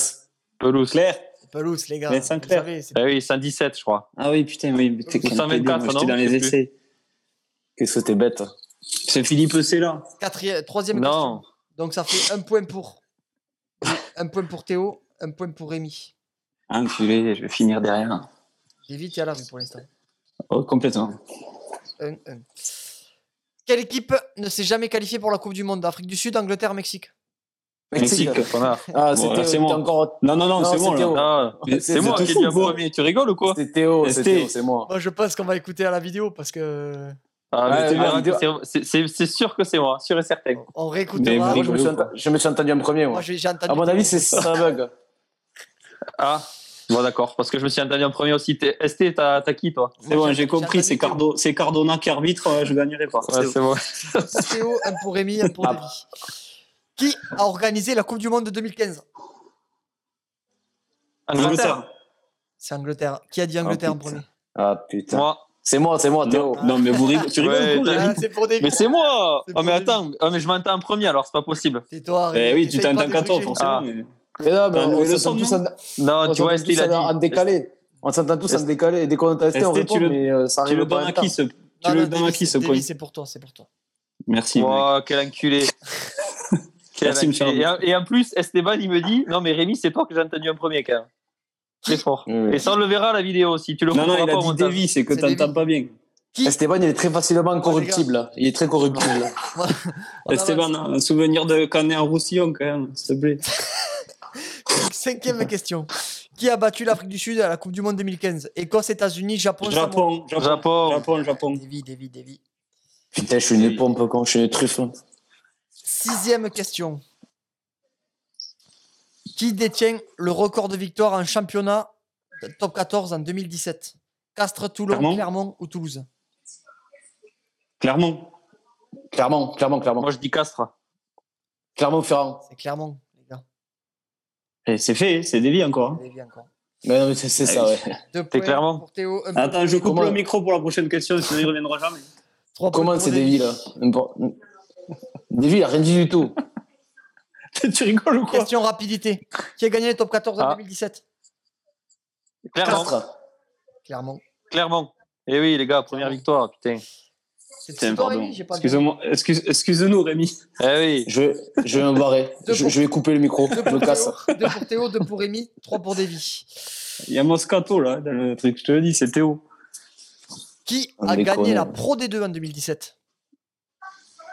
Pelouse. Claire. Pelouse, les gars. Vincent vous le Claire. savez, c'est- Eh oui, 117, je crois. Ah oui, putain, oui, mais t'es Ou quand 124, même non j'étais dans Je les sais plus. essais. Qu'est-ce que t'es bête C'est Philippe c'est là. Quatrième, troisième question. Non. Donc, ça fait un point pour. [COUGHS] Un point pour Théo, un point pour Rémi. Enculé, je vais finir derrière. J'ai vite, il y a la rue pour l'instant. Oh, complètement. Un, un. Quelle équipe ne s'est jamais qualifiée pour la Coupe du Monde Afrique du Sud, Angleterre, Mexique Mexique. On a- Ah, Bon, c'était là, c'est t'es moi. encore. Non, non, non, Non, c'est c'est bon, Théo. là. Non, Mais c'est moi vous qui ai êtes dit en fous, vous. premier. Tu rigoles ou quoi C'est Théo, c'est ST. Théo, c'est moi. Moi, je pense qu'on va écouter à la vidéo parce que. Ah, mais Ouais, tu ouais, verras vidéo- que c'est- c'est- c'est- c'est sûr que c'est moi, sûr et certain. On Mais réécoutera. vous Moi, Moi, je me, suis rigolez ou enta- je me suis entendu en premier. Moi. j'ai j'ai entendu. À mon tes avis, mots. c'est [LAUGHS] ça bug. Ah, bon, d'accord, parce que je me suis entendu en premier aussi. T'es- ST, t'as t'as qui, toi C'est Moi, bon, j'ai- j'ai j'ai compris, c'est entendu Cardo- c'est Cardona qui arbitre, euh, je gagnerai pas. Ouais, c'est bon. [LAUGHS] Théo, un pour Rémi, un pour Ah. David. Qui a organisé la Coupe du Monde de 2015 Angleterre. C'est Angleterre. Qui a dit Angleterre en putain. premier Ah putain. Moi. C'est moi, c'est moi, Théo. Non, non, mais vous rigolez, tu rigoles Ouais, pour, t'as David Ah, C'est pour David. Mais c'est moi C'est Ah, mais pour lui. attends, ah, mais je m'entends en premier alors, c'est pas possible. C'est toi. Eh Rémi, oui, tu essaye pas t'entends de qu'à toi, gruger. forcément. Ah. mais- Mais non, mais T'as on enlevé le son, s'entend tous non Ah, en, Non, on tu vois, s'entend ST, il tous a en, dit. en décalé. On s'entend tous en décalé. Dès qu'on est testé, Est-ce on que répond, tu le- mais euh, ça Tu arrive le pas en donnes même à temps. qui ce, tu Non, non, le donnes à David, qui ce c'est- point David, c'est pour toi. C'est pour toi. Merci. mec. Wow, quel [LAUGHS] enculé. Quel enculé. Merci, Michel. Et, en- et en plus, Esteban, il me dit Non, mais Rémi, c'est toi que j'ai entendu en premier quand même. Très fort. Oui, oui. Et ça, on le verra à la vidéo si tu le Non, non, comprends il pas a au dit montage. Davy, c'est que C'est Davy. t'entends pas bien. Qui Esteban, il est très Ah, facilement gars. corruptible. Il est [LAUGHS] très corruptible. On avance. Esteban, un souvenir de quand on est en Roussillon, quand même, s'il te plaît. Cinquième question. Qui a battu l'Afrique du Sud à la Coupe du Monde 2015 Écosse, États-Unis, Japon, Samoa. Japon, Japon, Japon. Japon, Japon. Japon. David, David, David. Putain, je suis une pompe quand je suis une truffe. Sixième question. Qui détient le record de victoire en championnat de top 14 en 2017 Castres, Toulon, Clermont, Clermont ou Toulouse Clairement. Clairement, clairement, clairement. Moi, je dis Castres. Clairement, Ferrand. C'est Clermont, les gars. Et Eh, C'est fait, c'est Davy encore. hein. Vous avez vu encore. Mais non, mais c'est Ah c'est ça, ouais. Deux C'est points Clermont. pour Théo. un point Attends, je coupe Comment- le micro pour la prochaine question, sinon il reviendra jamais. Trois points Comment pour c'est David. Davy, là N'importe- Davy, il a rien dit du tout. [LAUGHS] tu rigoles ou quoi Question rapidité. Qui a gagné le top 14 en Ah. 2017 Clermont. Castres. Clermont. Clermont. Eh oui, les gars, Ah première victoire, putain. C'est Tiens, toi, pardon. Rémi, j'ai pas bien- Excusez-moi- excuse- Excuse-nous, Rémi. Eh oui. Je, vais- je vais me barrer. [LAUGHS] Deux Je, pour- je vais couper le micro. Deux Je pour, me casse. Théo, deux pour Théo, deux pour Rémi, trois pour Davy. Il y a Moscato, là, dans le truc, je te le dis, c'est Théo. Qui On a déconne. gagné la Pro D2 en 2017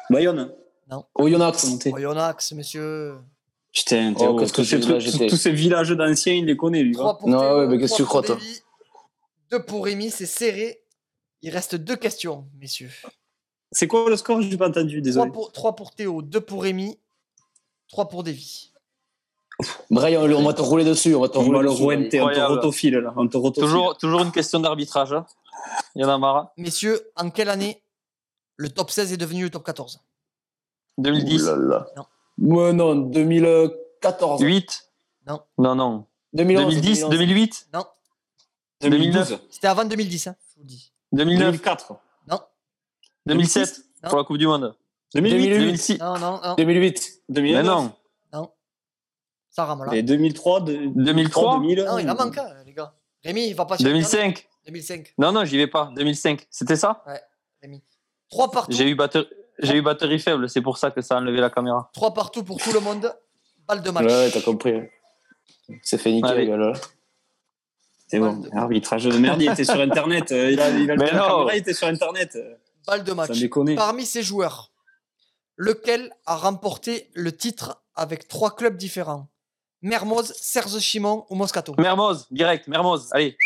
Bayonne. Oh, Yonax. Oh, Yonax, monsieur. Putain, Oh, Théo, qu'est-ce que tous, ces j'ai- trucs- là, j'étais- tous- tous ces villages d'anciens, il les connaît, lui. va. 3 pour Non, Théo, ouais, mais qu'est-ce 3 que tu pour crois, toi Davy, 2 pour Rémi, c'est serré. Il reste deux questions, messieurs. C'est quoi le score J'ai pas entendu, 3 désolé. pour, 3 pour Théo, 2 pour Rémi, 3 pour Davy. Brian, on va te rouler dessus. On va te On va rouler le dessus. rouenter, on te Incroyable. rotofile, là. On te rotofile. Toujours, toujours une question d'arbitrage. hein. Il y en a marre. Messieurs, en quelle année le top 16 est devenu le top 14 Ouh 2010. là là. Non. Ouais, non, 2014. 8. Non. Non, non. 2011, 2010, 2011. 2008, Non, 2009, c'était avant 2010, hein, je vous le dis. 2009, 2004. Non, 2007 Non. pour la Coupe du Monde. 2008. 2006. non, non, non. 2008. 2009. Mais non. Ça rame là. Et 2003, de- 2003. 2000. Non, il en manque, hein, les gars. Rémi, il va pas sur le terrain. 2005. 2005. Non, non, j'y vais pas. 2005. C'était ça 3 partout, J'ai eu batterie. J'ai eu batterie faible, c'est pour ça que ça a enlevé la caméra. 3 partout pour tout le monde. Balle de match. Ouais, t'as compris. C'est fait nickel, Allez. gars, là. C'est bon, arbitrage de merde, il était sur Internet. euh, Il a, il a Mais levé la non. caméra, il était sur Internet. euh, Balle de Ça match. déconne. Parmi ces joueurs, lequel a remporté le titre avec trois clubs différents Mermoz, Serge Chimon ou Moscato Mermoz, direct, Mermoz, allez.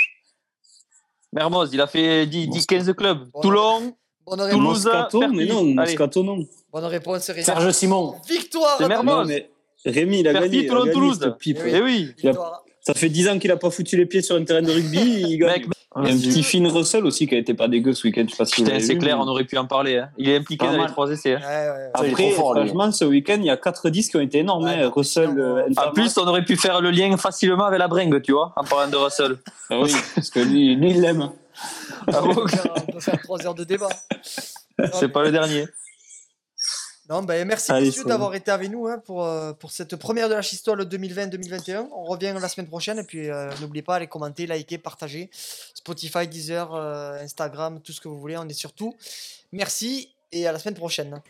Mermoz, il a fait 10, 10, 15 clubs. Toulon, Bonne réponse, Toulouse. Moscato, Fertig. mais non, Allez. Moscato, non. bonne réponse Rémi. Serge Simon. Victoire C'est de- Mermoz. Non, mais Rémi, il a Fertig, gagné. il a Toulon, gagné, Toulouse. cette pipe. Eh oui. eh oui. Victoire. Ça fait 10 ans qu'il a pas foutu les pieds sur un terrain de rugby, [LAUGHS] il gagne. Mec, Il y a un Messieurs, petit Finn Russell aussi qui a été pas dégueu ce week-end, je sais pas si vous putain, l'avez c'est vu, clair, mais- on aurait pu en parler. hein. Il est impliqué Pas dans les mal. 3 essais. hein. Ouais, ouais, ouais. Ça, il est Après, trop fort, lui. franchement, ce week-end, il y a 4 disques qui ont été énormes. Ouais, hein. non, Russell, non, non. euh, En Ntamas. plus, on aurait pu faire le lien facilement avec la bringue, tu vois, en parlant de [LAUGHS] Russell. Ah oui, parce que lui, lui, il l'aime. hein. Ah On, bon peut faire, on peut faire trois heures de débat. Non, [LAUGHS] C'est mais- pas le dernier. non, ben, merci Allez, messieurs c'est d'avoir été avec nous hein, pour, euh, pour cette première de la Chistole 2020-2021. On revient la semaine prochaine et puis euh, n'oubliez pas, allez commenter, liker, partager. Spotify, Deezer, euh, Instagram, tout ce que vous voulez, on est sur tout. Merci et à la semaine prochaine.